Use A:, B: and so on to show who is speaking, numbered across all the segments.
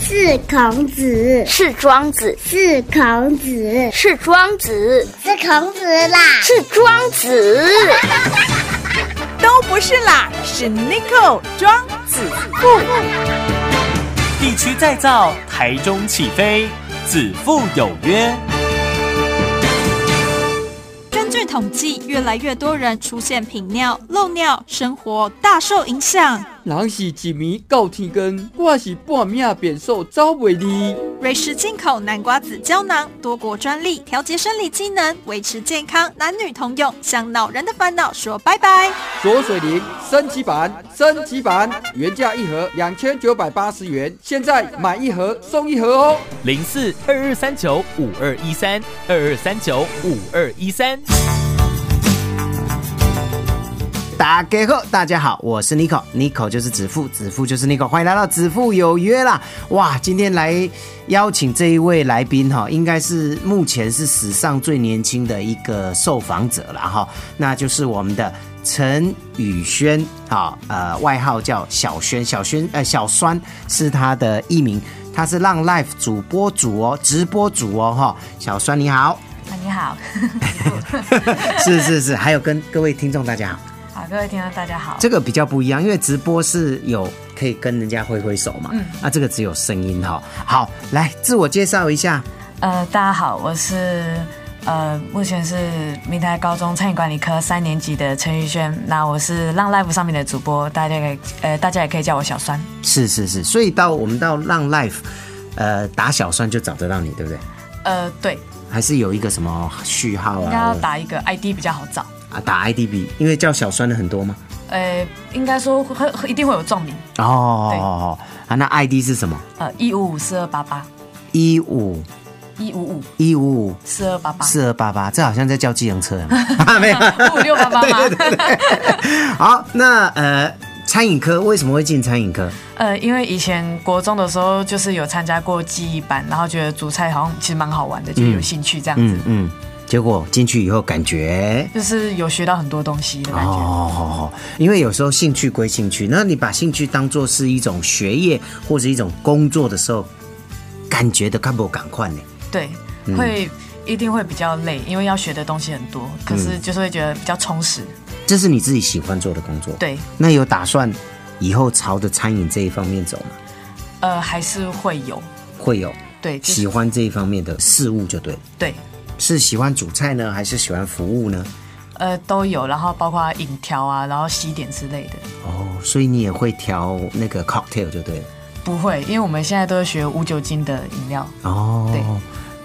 A: 是孔子，
B: 是庄子，
A: 是孔子，
B: 是庄子，
A: 是孔子啦，
B: 是庄子。
C: 都不是啦，是 n i c o 庄子富。
D: 地区再造，台中起飞，子父有约。
E: 根据统计，越来越多人出现频尿、漏尿，生活大受影响。
F: 人是一暝到天光，我是半命变数走袂离。
E: 瑞士进口南瓜子胶囊，多国专利，调节生理机能，维持健康，男女通用，向老人的烦恼说拜拜。
F: 左水灵升级版，升级版，原价一盒两千九百八十元，现在买一盒送一盒哦。
D: 零四二二三九五二一三二二三九五二一三。
G: 打给后，大家好，我是 Nico，Nico 就是子父，子父就是 Nico，欢迎来到子父有约啦！哇，今天来邀请这一位来宾哈，应该是目前是史上最年轻的一个受访者了哈，那就是我们的陈宇轩哈，呃，外号叫小轩，小轩呃小酸是他的艺名，他是浪 Life 主播主哦，直播主哦哈，小酸你好，
H: 啊，你好，
G: 是是是，还有跟各位听众大家好。
H: 好，各位听众大家好。
G: 这个比较不一样，因为直播是有可以跟人家挥挥手嘛，
H: 嗯
G: 啊，这个只有声音哈、好，来自我介绍一下，
H: 呃，大家好，我是呃，目前是明台高中餐饮管理科三年级的陈宇轩。那我是浪 Live 上面的主播，大家可以呃，大家也可以叫我小酸。
G: 是是是，所以到我们到浪 life，呃，打小算就找得到你，对不对？
H: 呃，对，
G: 还是有一个什么序号
H: 应该要
G: 啊？
H: 打一个 ID 比较好找。
G: 啊，打 IDB，因为叫小酸的很多吗？
H: 呃，应该说会会一定会有撞名。
G: 哦，啊，那 ID 是什么？
H: 呃，一五五四二八八，
G: 一五
H: 一五五
G: 一五五
H: 四二八八，
G: 四二八八，这好像在叫计程车有没有啊 没有，
H: 五五六八八
G: 对
H: 八
G: 对。对对。好，那呃，餐饮科为什么会进餐饮科？
H: 呃，因为以前国中的时候就是有参加过记忆班，然后觉得煮菜好像其实蛮好玩的，就有兴趣这样子。
G: 嗯嗯，结果进去以后感觉。
H: 就是有学到很多东西的感觉。
G: 哦，好好，因为有时候兴趣归兴趣，那你把兴趣当做是一种学业或者一种工作的时候，感觉的看不赶快呢？
H: 对，
G: 嗯
H: 会、一定会比较累，因为要学的东西很多，可是就是会觉得比较充实。
G: 这是你自己喜欢做的工作。，
H: 对，
G: 那有打算以后朝着餐饮这一方面走吗？
H: 呃，还是会有
G: 会有
H: 对，就是
G: 喜欢这一方面的事物就对了，
H: 对，
G: 是喜欢煮菜呢，还是喜欢服务呢？
H: 呃，都有，然后包括饮调啊，然后西点之类的，
G: 哦，所以你也会调那个 cocktail 就对了。
H: 不会，因为我们现在都是学无酒精的饮料。
G: 哦，
H: 对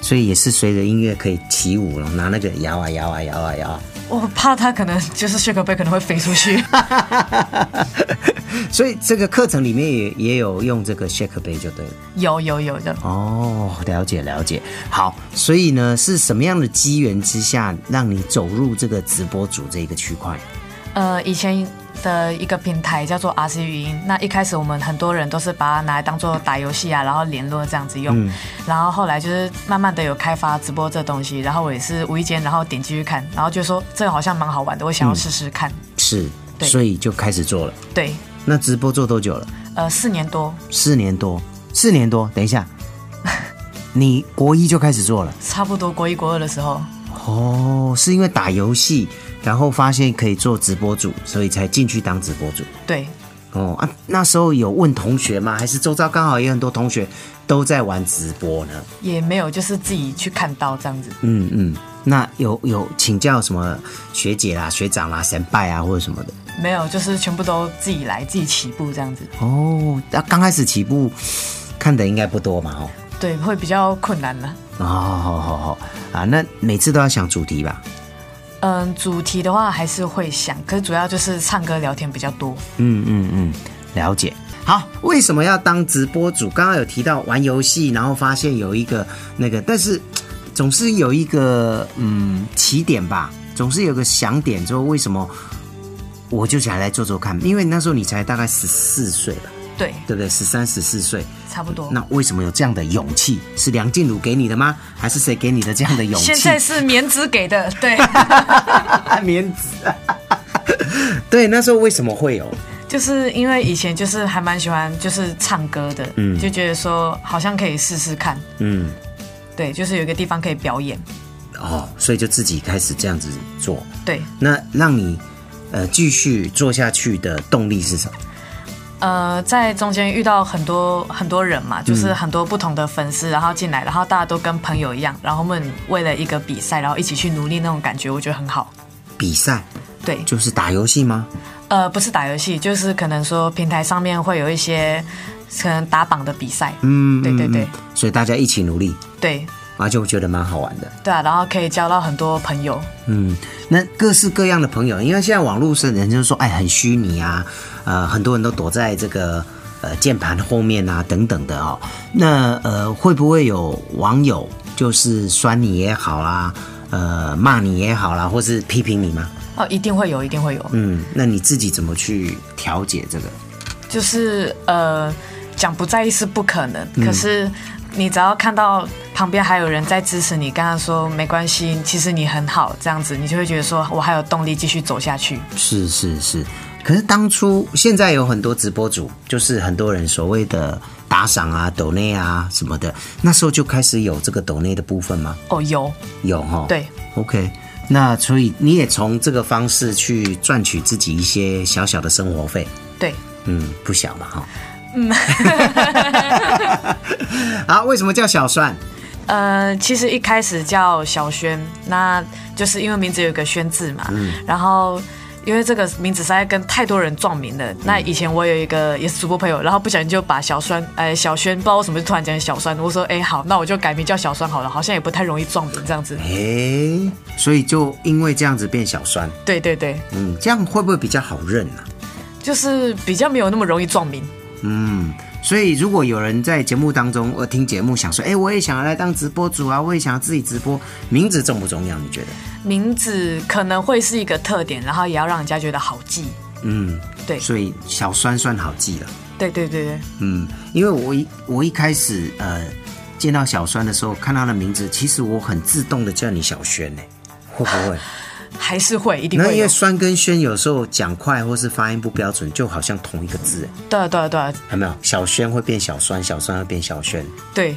G: 所以也是随着音乐可以起舞了，拿那个摇啊摇啊摇啊摇啊。
H: 我怕它可能就是雪克杯可能会飞出 去。嗯
G: 所以这个课程里面也也有用这个 shake 杯就对了。
H: 有有有的，
G: 哦，了解了解。好，所以呢是什么样的机缘之下让你走入这个直播组这个区块？
H: 呃，以前的一个平台叫做 RC 语音，那一开始我们很多人都是把它拿来当做打游戏啊，然后联络这样子用。然后后来就是慢慢的有开发直播这东西，然后我也是无意间然后点进去看，然后就说这个好像蛮好玩的，我想要试试看。
G: 是，
H: 对
G: 所以就开始做了。
H: 对，
G: 那直播做多久了？
H: 呃，四年多，
G: 四年多，四年多。等一 下，你国一就开始做了？
H: 差不多国一国二的时候，
G: 哦，是因为打游戏，然后发现可以做直播主，所以才进去当直播主。
H: 对，
G: 哦啊，那时候有问同学吗？还是周遭刚好也很多同学都在玩直播呢？
H: 也没有就是自己去看到这样子。
G: 嗯嗯，那有有请教什么学姐啦、学长啦、神拜啊或者什么的？
H: 没有，就是全部都自己来，自己起步这样子，
G: 哦，那、刚开始起步看的应该不多嘛哦。
H: 对，会比较困难呢、
G: 哦，好好好啊，那每次都要想主题吧？
H: 嗯，主题的话还是会想，可是主要就是唱歌聊天比较多。
G: 嗯嗯嗯，了解。好，为什么要当直播主？刚刚有提到玩游戏，然后发现有一个那个，但是嘖总是有一个嗯起点吧，总是有个想点，之后为什么我就想来做做看？因为那时候你才大概十四岁吧，
H: 对，
G: 对不对？十三、十四岁，
H: 差不多。
G: 那为什么有这样的勇气？是梁静茹给你的吗？还是谁给你的这样的勇气？啊
H: 现 在是棉子给的，对，
G: 棉子，对，那时候为什么会有？
H: 就是因为以前就是还蛮喜欢就是唱歌的，
G: 嗯
H: 就觉得说好像可以试试看，
G: 嗯，
H: 对，就是有一个地方可以表演，
G: 哦，所以就自己开始这样子做。
H: 对，
G: 那让你呃继续做下去的动力是什么？
H: 呃，在中间遇到很多很多人
G: 嗯
H: 嘛，就是很多不同的粉丝，然后进来，然后大家都跟朋友一样，然后我们为了一个比赛，然后一起去努力那种感觉，我觉得很好。
G: 比赛
H: 对，
G: 就是打游戏吗？
H: 呃，不是打游戏，就是可能说平台上面会有一些可能打榜的比赛，
G: 嗯，
H: 对对
G: 嗯
H: 对，
G: 嗯所以大家一起努力，
H: 对
G: 而且我觉得蛮好玩的。
H: 对啊，然后可以交到很多朋友，
G: 嗯，那各式各样的朋友，因为现在网络是人就说，哎，很虚拟啊，呃，很多人都躲在这个呃键盘后面啊，等等的哦。那呃，会不会有网友就是酸你也好啦，呃，骂你也好啦，或是批评你吗？
H: 哦，一定会有，一定会有，
G: 嗯，那你自己怎么去调节这个？
H: 就是呃，讲不在意是不可能，可是你只要看到旁边还有人在支持你，跟他说没关系，其实你很好，这样子你就会觉得说我还有动力继续走下去。
G: 是是是，可是当初现在有很多直播主，就是很多人所谓的打赏啊、抖内啊什么的，那时候就开始有这个抖内的部分吗？
H: 哦，有，
G: 有哈、
H: 对
G: ，OK。那所以你也从这个方式去赚取自己一些小小的生活费，
H: 对，
G: 嗯，不小嘛哈。嗯， 好，为什么叫小蒜？
H: 呃，其实一开始叫小轩，那就是因为名字有一个“轩”字嘛，
G: 嗯
H: 然后。因为这个名字实在跟太多人撞名了。那以前我有一个也是主播朋友，然后不小心就把小栓，呃，小轩，不知道为什么就突然讲小栓。我说，哎、好，那我就改名叫小栓好了，好像也不太容易撞名这样
G: 嗯
H: 子。
G: 诶，所以就因为这样子变小蒜，
H: 对对对，
G: 嗯，这样会不会比较好认啊？
H: 就是比较没有那么容易撞名。
G: 嗯，所以如果有人在节目当中，我呃听节目想说，哎，我也想要来当直播主啊，我也想要自己直播，名字重不重要？你觉得？
H: 名字可能会是一个特点，然后也要让人家觉得好记。
G: 嗯，
H: 对
G: 所以小酸算好记了。
H: 对对对对，
G: 嗯，因为我一我一开始呃见到小酸的时候，看到他的名字，其实我很自动的叫你小轩呢、会不会？
H: 还是会 一定
G: 那
H: 会
G: 因为
H: 有。
G: 酸跟轩有时候讲快或是发音不标准，就好像同一个字、
H: 对啊对啊对啊
G: 哎，有没有？小轩会变小酸，小酸会变小轩。
H: 对，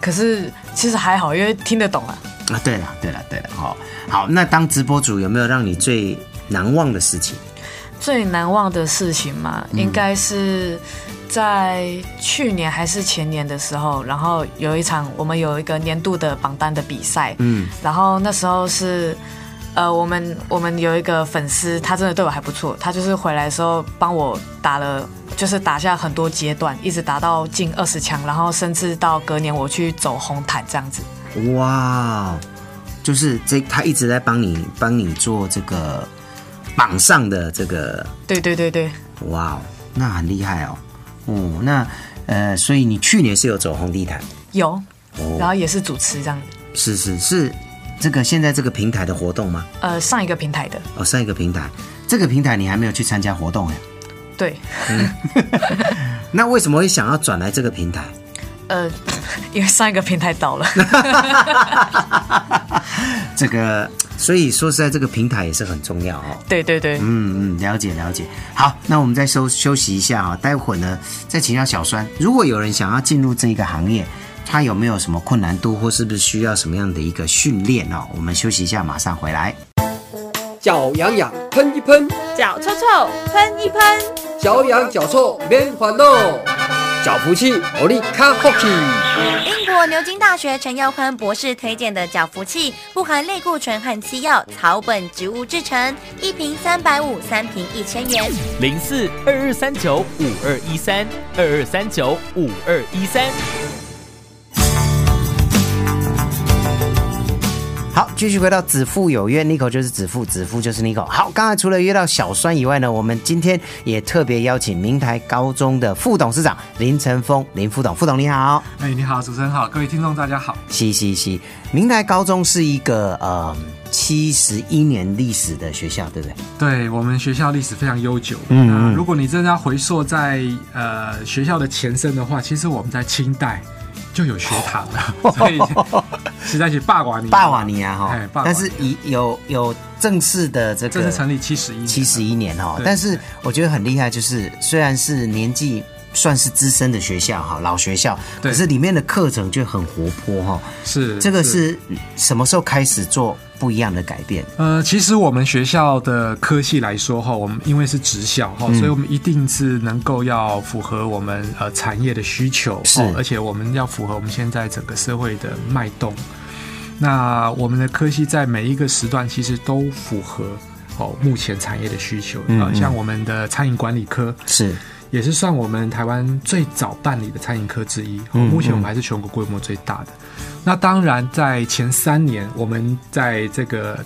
H: 可是其实还好，因为听得懂啊。
G: 啊，对了，对了，对了，好、好，那当直播主有没有让你最难忘的事情？
H: 最难忘的事情嘛，
G: 嗯
H: 应该是在去年还是前年的时候，然后有一场我们有一个年度的榜单的比赛，
G: 嗯，
H: 然后那时候是。呃，我们我们有一个粉丝，他真的对我还不错，他就是回来的时候帮我打了，就是打下很多阶段，一直打到进二十强，然后甚至到隔年我去走红毯这样子。
G: 哇，哦就是这他一直在帮你帮你做这个榜上的这个
H: 对对对对，
G: 哇哦，那很厉害哦。哦，那呃，所以你去年是有走红地毯，
H: 有，
G: 哦
H: 然后也是主持这样，
G: 是是是，这个现在这个平台的活动吗？
H: 呃，上一个平台的，
G: 哦，上一个平台，这个平台你还没有去参加活动哎，
H: 对，
G: 那为什么会想要转来这个平台？
H: 呃， 因为上一个平台倒了，
G: 这个，所以说实在，这个平台也是很重要哦。
H: 对对 对，
G: 嗯嗯，了解了解。好，那我们再休休息一下啊、待会儿呢再请教小栓。如果有人想要进入这个行业，他有没有什么困难度，或是不是需要什么样的一个训练哦？我们休息一下，马上回来。
F: 脚痒痒喷一喷，
C: 脚臭臭，喷一喷。
F: 脚痒脚臭免烦恼，脚福气，我力卡福气。
B: 英国牛津大学陈耀宽博士推荐的脚福器，不含类固醇和西药，草本植物制成，一瓶三百五，三瓶一千元。
D: 零四二二三九五二一三二二三九五二一三。
G: 好，继续回到子父有约，Nico 就是子父，子父就是 Nico。好，刚才除了约到小酸以外呢，我们今天也特别邀请明台高中的副董事长林晨峰，林副董，副董你好。
I: 哎，你好，主持人好，各位听众大家好。
G: 是是是，明台高中是一个呃七十一年历史的学校，对不对？
I: 对我们学校历史非常悠久。
G: 嗯
I: 那
G: 嗯
I: 如果你真的要回溯在呃学校的前身的话，其实我们在清代就有学堂了，所以时代曲霸瓦尼亚
G: 哦霸瓦尼亚哈
I: 嗯哎，霸，瓦尼
G: 但
I: 亚
G: 是以有有正式的这
I: 这是
G: 个
I: 成立七十一，
G: 七十一年哈，
I: 对
G: 但是我觉得很厉害，就是虽然是年纪算是资深的学校哈，老学校，
I: 对
G: 可是里面的课程就很活泼哈。
I: 是
G: 这个是什么时候开始做不一样的改变？
I: 呃，其实我们学校的科系来说哈，我们因为是职校
G: 嗯
I: 哈，所以我们一定是能够要符合我们呃产业的需求，
G: 是
I: 哦而且我们要符合我们现在整个社会的脉动。那我们的科系在每一个时段其实都符合哦目前产业的需求，
G: 嗯
I: 呃，
G: 嗯
I: 像我们的餐饮管理科
G: 是
I: 也是算我们台湾最早办理的餐饮科之一，哦
G: 嗯
I: 目前我们还是全国规模最大的。那当然，在前三年，我们在这个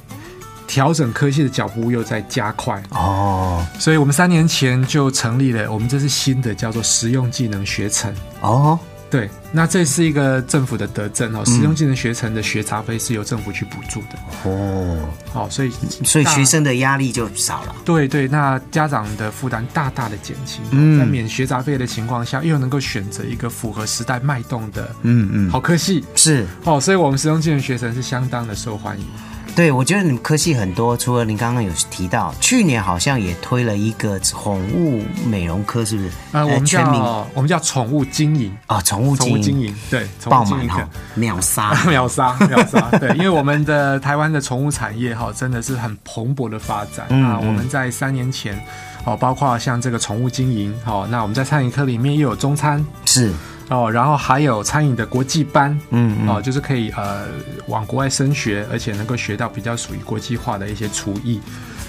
I: 调整科系的脚步又在加快，
G: 哦
I: 所以我们三年前就成立了我们这是新的叫做实用技能学程。
G: 哦
I: 对，那这是一个政府的德政哦，
G: 嗯
I: 实用技能学程的学杂费是由政府去补助的
G: 哦，
I: 哦，所以
G: 所以
I: 大
G: 学生的压力就少了。
I: 对对，那家长的负担大大的减轻，
G: 嗯
I: 在免学杂费的情况下，又能够选择一个符合时代脉动的
G: 嗯嗯，
I: 好科系
G: 是
I: 哦，所以我们实用技能学程是相当的受欢迎。
G: 对，我觉得你们科系很多，除了您刚刚有提到，去年好像也推了一个宠物美容科，是不是？
I: 呃，我们
G: 全民
I: 叫我们叫宠物经营，
G: 哎啊，宠物
I: 宠物
G: 经
I: 经
G: 营
I: 营对，宠
G: 爆
I: 物经
G: 满
I: 营
G: 哈
I: 课。，
G: 秒杀
I: 秒杀，秒杀！对，因为我们的台湾的宠物产业哈，真的是很蓬勃的发展。
G: 嗯
I: 那
G: 嗯
I: 我们在三年前，哦，包括像这个宠物经营，哦，那我们在餐饮科里面又有中餐，
G: 是，
I: 哦，然后还有餐饮的国际班，
G: 嗯嗯
I: 哦，就是可以呃往国外升学，而且能够学到比较属于国际化的一些厨艺。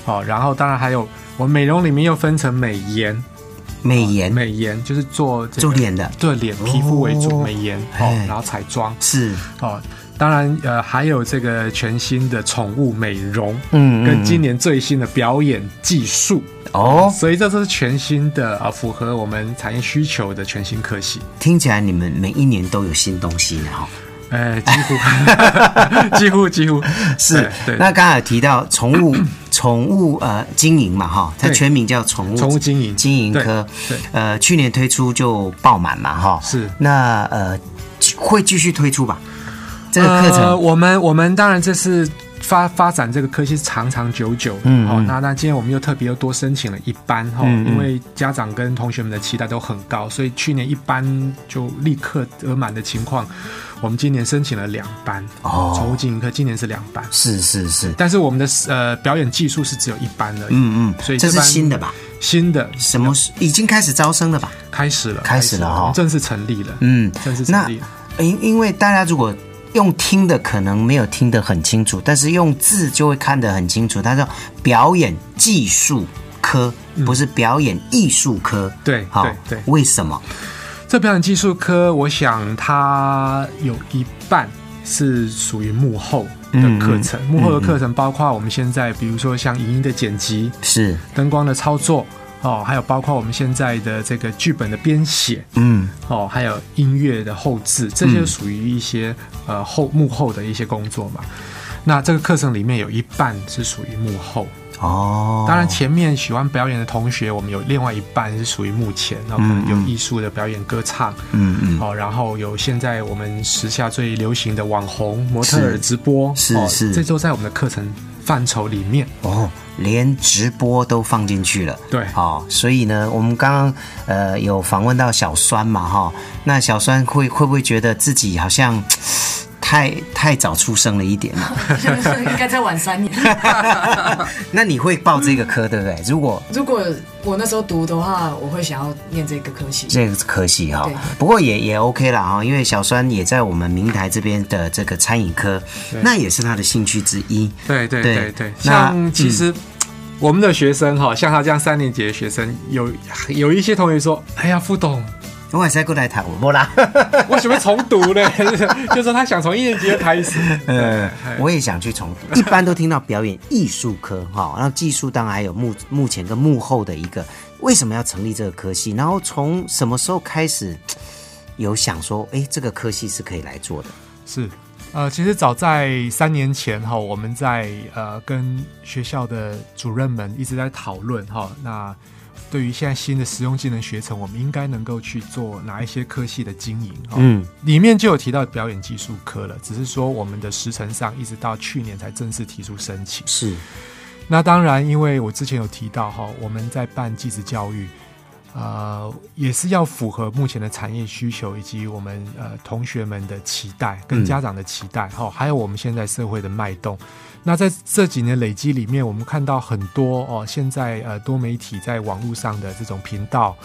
I: 哦，然后当然还有我们美容里面又分成美颜，哦
G: 美颜
I: 美颜就是做、这个
G: 做脸的
I: 对脸皮肤为主、
G: 哦
I: 美颜哦
G: 哎，
I: 然后彩妆
G: 是，
I: 哦。当然，呃，还有这个全新的宠物美容，
G: 嗯嗯
I: 跟今
G: 嗯
I: 年最新的表演技术，
G: 哦，
I: 所以这都是全新的啊、呃符合我们产业需求的全新科系。
G: 听起来你们每一年都有新东西呢哈。
I: 呃，几乎， 几乎，几乎
G: 是，
I: 对，
G: 那
I: 对
G: 刚才有提到宠 物宠物呃经营嘛哈，它
I: 对
G: 全名叫宠物
I: 宠物经营
G: 经营科，
I: 对对
G: 呃去年推出就爆满嘛哈，
I: 是
G: 那呃会继续推出吧，这个课
I: 呃，
G: 程
I: 我们我们当然这是发发展这个科系是长长久久的，
G: 嗯
I: 哦
G: 嗯，
I: 那那今天我们又特别又多申请了一班哈、哦
G: 嗯嗯
I: 因为家长跟同学们的期待都很高，所以去年一班就立刻额满的情况，我们今年申请了两班
G: 哦
I: 宠物经营课今年是两班，
G: 是是是，
I: 但是我们的呃表演技术是只有一班而已，
G: 嗯嗯，
I: 所以
G: 这是
I: 班
G: 新的吧？
I: 新的
G: 什么时已经开始招生了吧？
I: 开始了，
G: 开始了哈
I: 我们正式成立了，
G: 嗯，
I: 正式
G: 那
I: 成立了。
G: 因因为大家如果用听的可能没有听得很清楚，但是用字就会看得很清楚。它叫表演技术科，不是表演艺术科。
I: 嗯对
G: 好
I: 对，对
G: 为什么？
I: 这表演技术科，我想它有一半是属于幕后的课程。幕后的课程包括我们现在，比如说像影音的剪辑、
G: 是，
I: 灯光的操作，哦，还有包括我们现在的这个剧本的编写，
G: 嗯，
I: 哦，还有音乐的后置，这些属于一些、呃后幕后的一些工作嘛。那这个课程里面有一半是属于幕后，
G: 哦，
I: 当然，前面喜欢表演的同学，我们有另外一半是属于幕前，然后可能有艺术的表演、歌唱，
G: 嗯嗯
I: 哦，然后有现在我们时下最流行的网红模特
G: 是
I: 儿直播，
G: 是
I: 哦
G: 是
I: 这都在我们的课程范畴里面。
G: 哦，连直播都放进去了。
I: 对
G: 哦，所以呢，我们刚刚呃有访问到小酸嘛，哈、那小酸会会不会觉得自己好像太太早出生了一点？
H: 应该再晚三年。
G: 那你会报这个科对不对？如果
H: 如果我那时候读的话，我会想要念这个科系。
G: 这个可惜哈、
H: 对
G: 不过也也 OK 啦哈、因为小酸也在我们明台这边的这个餐饮科，那也是他的兴趣之一。
I: 对对
G: 对
I: 对对，
G: 那嗯
I: 像其实。我们的学生哈，像他这样三年级的学生，有有一些同学说：“哎呀，副董，
G: 我也是过来谈我不啦，
I: 我准备重读呢。” 就说他想从一年级就 开始。
G: 呃
I: 对，哎
G: 我也想去重 读。一般都听到表演艺术科哈、然后技术当然还有幕幕前跟幕后的一个，为什么要成立这个科系？然后从什么时候开始有想说，哎，这个科系是可以来做的？
I: 是，呃，其实早在三年前哈，我们在呃跟学校的主任们一直在讨论哈，那对于现在新的实用技能学程，我们应该能够去做哪一些科系的经营？哦、
G: 嗯，
I: 里面就有提到表演技术科了，只是说我们的时程上一直到去年才正式提出申请。
G: 是，
I: 那当然，因为我之前有提到哈，我们在办技职教育，呃，也是要符合目前的产业需求以及我们呃同学们的期待跟家长的期待哈、还有我们现在社会的脉动。那在这几年累积里面，我们看到很多哦，现在呃多媒体在网络上的这种频道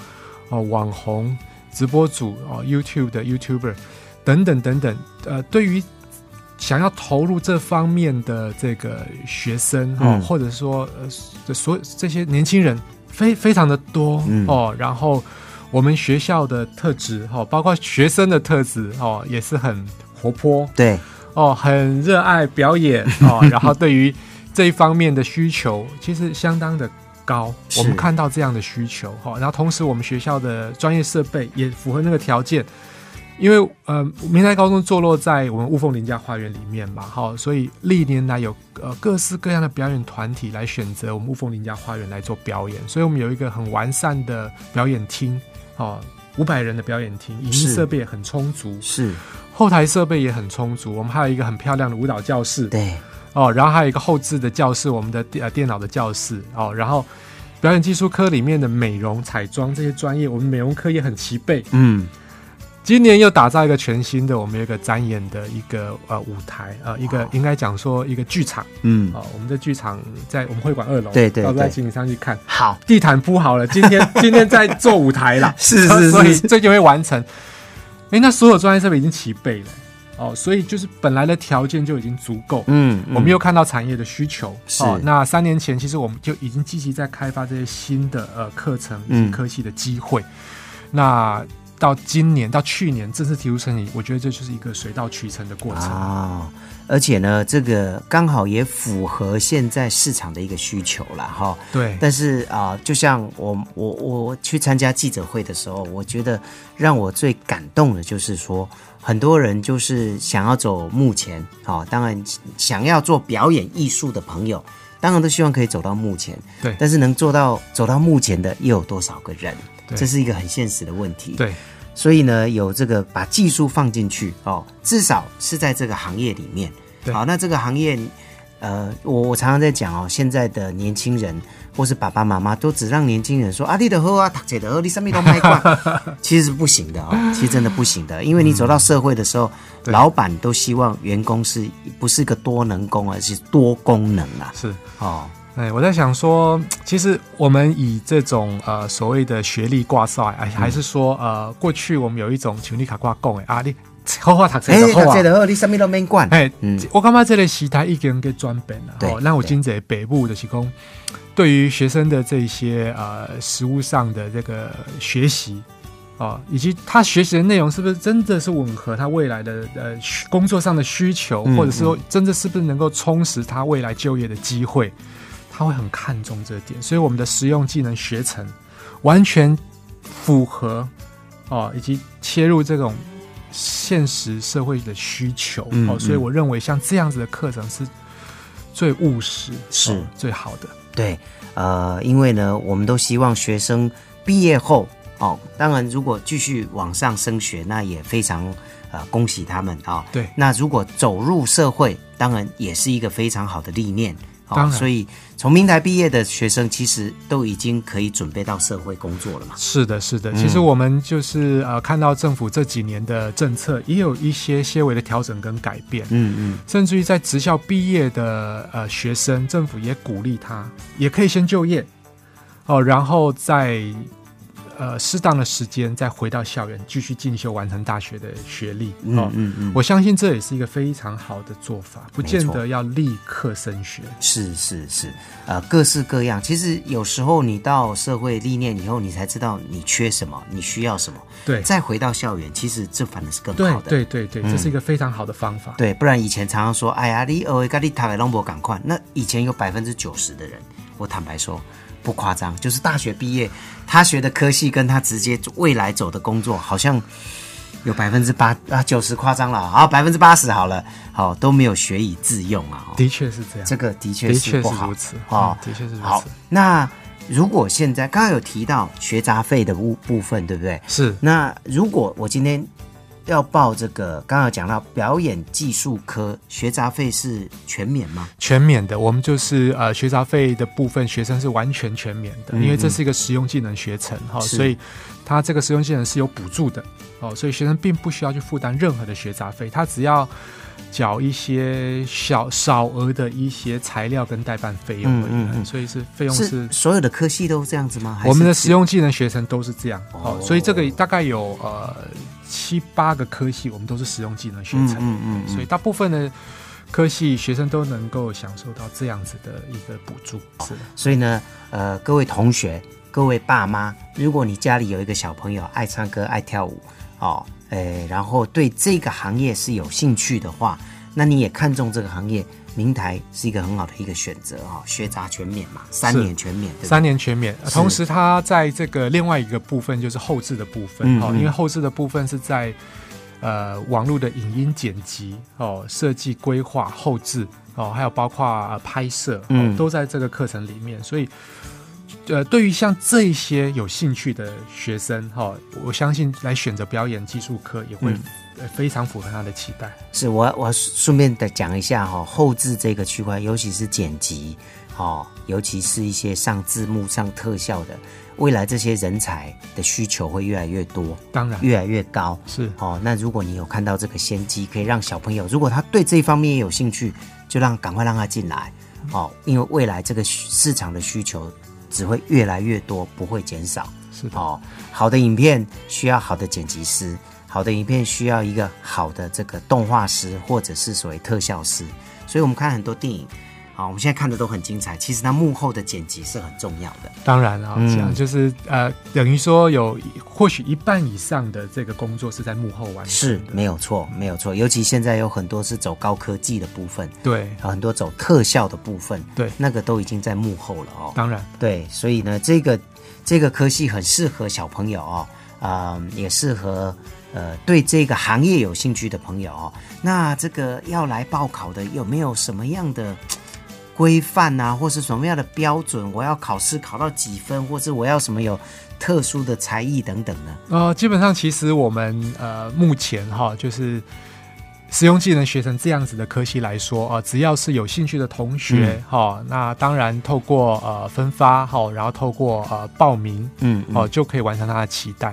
I: 哦，网红、直播主哦，YouTube 的 YouTuber 等等等等，呃，对于想要投入这方面的这个学生哦，
G: 嗯
I: 或者说呃这所这些年轻人非非常的多、
G: 嗯
I: 哦，然后我们学校的特质哦，包括学生的特质哦，也是很活泼
G: 对，
I: 哦，很热爱表演 哦，然后对于这一方面的需求其实相当的高，
G: 是
I: 我们看到这样的需求哈、哦，然后同时我们学校的专业设备也符合那个条件。因为呃，明台高中坐落在我们雾峰林家花园里面嘛，哈、所以历年来有呃各式各样的表演团体来选择我们雾峰林家花园来做表演，所以我们有一个很完善的表演厅，哦，五百人的表演厅，影音
G: 是
I: 设备也很充足，
G: 是，
I: 后台设备也很充足，我们还有一个很漂亮的舞蹈教室
G: 对，
I: 哦，然后还有一个后置的教室，我们的电呃电脑的教室哦，然后表演技术科里面的美容、彩妆这些专业，我们美容科也很齐备。
G: 嗯，
I: 今年又打造一个全新的，我们有一个展演的一个呃舞台，呃一
G: 哦
I: 个应该讲说一个剧场
G: 嗯，
I: 哦，我们的剧场在我们会馆二楼，
G: 对对
I: 到时候再
G: 对
I: 请你上去看。
G: 好，
I: 地毯铺好了，今 天今天在做舞台啦，
G: 是
I: 所
G: 是
I: 所以
G: 是
I: 这就会完成。哎，那所有专业设备已经齐备了，哦，所以就是本来的条件就已经足够。
G: 嗯，嗯
I: 我们又看到产业的需求，
G: 是
I: 哦。那三年前，其实我们就已经积极在开发这些新的呃课程以
G: 嗯
I: 及科系的机会。那到今年到去年正式提出申请，我觉得这就是一个水到渠成的过程。
G: 啊、而且呢，这个刚好也符合现在市场的一个需求啦。哈。
I: 对，
G: 但是啊、就像我我我去参加记者会的时候，我觉得让我最感动的就是说，很多人就是想要走幕前，好、当然想要做表演艺术的朋友，当然都希望可以走到幕前。
I: 对
G: 但是能做到走到幕前的又有多少个人？
I: 对
G: 这是一个很现实的问题。
I: 对，
G: 所以呢，有这个把技术放进去哦，至少是在这个行业里面。
I: 对
G: 好，那这个行业，呃，我我常常在讲哦，现在的年轻人或是爸爸妈妈都只让年轻人说啊，你的喝啊，读这的喝，你什么都卖 挂，其实是不行的哦，其实真的不行的，因为你走到社会的时候，
I: 对
G: 老板都希望员工是不是个多能工，啊而是多功能啊。
I: 是。
G: 哦，
I: 哎，我在想说，其实我们以这种呃所谓的学历挂帅，哎，还是说呃过去我们有一种权力卡挂供哎啊，你好好读册
G: 哎，
I: 就好
G: 读这
I: 啊。
G: 的喝，你什么都没管。
I: 哎
G: 嗯，
I: 我感觉这个时代已经给转变了。
G: 对
I: 吼那我今在北部的是讲，对于学生的这些呃实物上的这个学习哦，以及他学习的内容是不是真的是吻合他未来的呃需工作上的需求，
G: 嗯
I: 或者是说真的是不是能够充实他未来就业的机会，他会很看重这点。所以我们的实用技能学程完全符合哦，以及切入这种现实社会的需求、
G: 嗯
I: 哦，
G: 嗯
I: 所以我认为像这样子的课程是最务实、
G: 是
I: 哦最好的。
G: 对，呃，因为呢，我们都希望学生毕业后哦，当然如果继续往上升学，那也非常呃恭喜他们啊、
I: 对
G: 那如果走入社会，当然也是一个非常好的历练。哦
I: 当然
G: 所以从明台毕业的学生，其实都已经可以准备到社会工作了嘛。
I: 是的，是的。其实我们就是、呃，看到政府这几年的政策也有一些些微的调整跟改变，
G: 嗯嗯，
I: 甚至于在职校毕业的呃学生，政府也鼓励他也可以先就业哦，然后在呃适当的时间再回到校园继续进修，完成大学的学历哦。
G: 嗯嗯，
I: 我相信这也是一个非常好的做法，不见
G: 没错
I: 得要立刻升学。
G: 是是是，呃，各式各样。其实有时候你到社会历练以后，你才知道你缺什么，你需要什么。
I: 对
G: 再回到校园，其实这反而是更
I: 对
G: 好的。嗯
I: 对对对，这是一个非常好的方法。
G: 对不然以前常常说，哎呀，你偶尔跟你塔的龙博赶快。那以前有百分之九十的人，我坦白说不夸张，就是大学毕业，他学的科系跟他直接未来走的工作，好像有百分之八啊九十夸张了，好百分之八十好了，好都没有学以致用啊。哦
I: 的确是这样。
G: 这个的确
I: 的确
G: 不
I: 是
G: 好，
I: 如此
G: 哦
I: 嗯的确是如此
G: 好，那如果现在刚刚有提到学杂费的部部分，对不对？
I: 是
G: 那如果我今天要报这个，刚刚有讲到表演技术科，学杂费是全免吗？
I: 全免的，我们就是呃学杂费的部分，学生是完全全免的，因为这是一个实用技能学程哈、
G: 嗯是
I: 所以他这个实用技能是有补助的哦，所以学生并不需要去负担任何的学杂费，他只要缴一些小少额的一些材料跟代办费用而已，
G: 嗯嗯嗯
I: 所以是费用是
G: 是所有的科系都这样子吗？还是
I: 我们的实
G: 只有
I: 用技能学程都是这样，哦，
G: 哦
I: 所以这个大概有呃七八个科系，我们都是实用技能学程，
G: 嗯嗯嗯嗯
I: 所以大部分的科系学生都能够享受到这样子的一个补助，
G: 哦
I: 是的，
G: 所以呢，呃，各位同学、各位爸妈，如果你家里有一个小朋友爱唱歌、爱跳舞，哦，诶，然后对这个行业是有兴趣的话，那你也看中这个行业，明台是一个很好的一个选择哦，学杂全免嘛，三
I: 是
G: 年全免，对不对？
I: 三年全免。呃
G: 是
I: 同时，它在这个另外一个部分就是后置的部分
G: 嗯
I: 哦，
G: 嗯
I: 因为后置的部分是在呃网络的影音剪辑哦、设计规划、后置哦，还有包括、呃拍摄，哦
G: 嗯，
I: 都在这个课程里面，所以。呃，对于像这些有兴趣的学生哈、哦，我相信来选择表演技术课也会、
G: 嗯
I: 呃非常符合他的期待。
G: 是我我顺便的讲一下哈、后置这个区块，尤其是剪辑，哦，尤其是一些上字幕、上特效的，未来这些人才的需求会越来越多，
I: 当然
G: 越来越高。
I: 是
G: 哦，那如果你有看到这个先机，可以让小朋友，如果他对这一方面也有兴趣，就让赶快让他进来，哦，因为未来这个需市场的需求只会越来越多，不会减少。
I: 是的，
G: 哦，好的影片需要好的剪辑师，好的影片需要一个好的这个动画师或者是所谓特效师。所以我们看很多电影，啊、我们现在看的都很精彩，其实它幕后的剪辑是很重要的。
I: 当然啊，
G: 嗯
I: 这样就是呃，等于说有或许一半以上的这个工作是在幕后完成，
G: 是没有错，没有错。尤其现在有很多是走高科技的部分，
I: 对，
G: 有很多走特效的部分，
I: 对
G: 那个都已经在幕后了哦。
I: 当然
G: 对，所以呢，这个这个科系很适合小朋友哦，啊、也适合呃对这个行业有兴趣的朋友哦。那这个要来报考的，有没有什么样的规范啊，或是什么样的标准？我要考试考到几分，或是我要什么有特殊的才艺等等呢？
I: 呃，基本上其实我们呃目前哈就是。实用技能学成这样子的科系来说，呃，只要是有兴趣的同
G: 嗯
I: 学，哈、那当然透过呃分发，哈、然后透过呃报名，
G: 嗯，
I: 哦，就可以完成他的期待。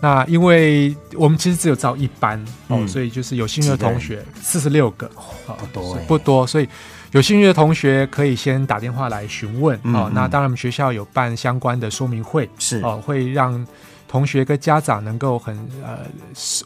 I: 那因为我们其实只有招一班哦，
G: 嗯
I: 所以就是有幸运的同学四十六个，哦
G: 不多
I: 是
G: 欸
I: 不多，所以有幸运的同学可以先打电话来询问
G: 嗯
I: 哦
G: 嗯。
I: 那当然，我们学校有办相关的说明会
G: 是
I: 哦，会让同学跟家长能够很呃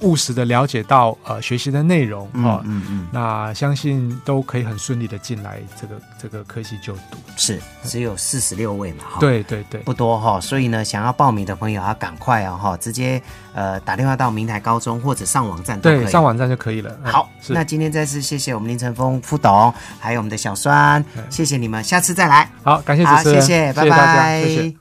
I: 务实的了解到呃学习的内容哦。
G: 嗯嗯。
I: 那相信都可以很顺利的进来这个这个科系就读，
G: 是，只有四十六位嘛，哈，
I: 对对对，
G: 不多哈、所以呢，想要报名的朋友要赶快哦，哈，直接呃打电话到明台高中或者上网站都可以
I: 对，上网站就可以了。嗯
G: 好，
I: 是
G: 那今天再次谢谢我们林晨峰副董，还有我们的小酸，谢谢你们，下次再来。
I: 嗯好，感谢主
G: 好，
I: 持人，
G: 谢谢，拜
I: 大家，
G: 拜。
I: 谢谢。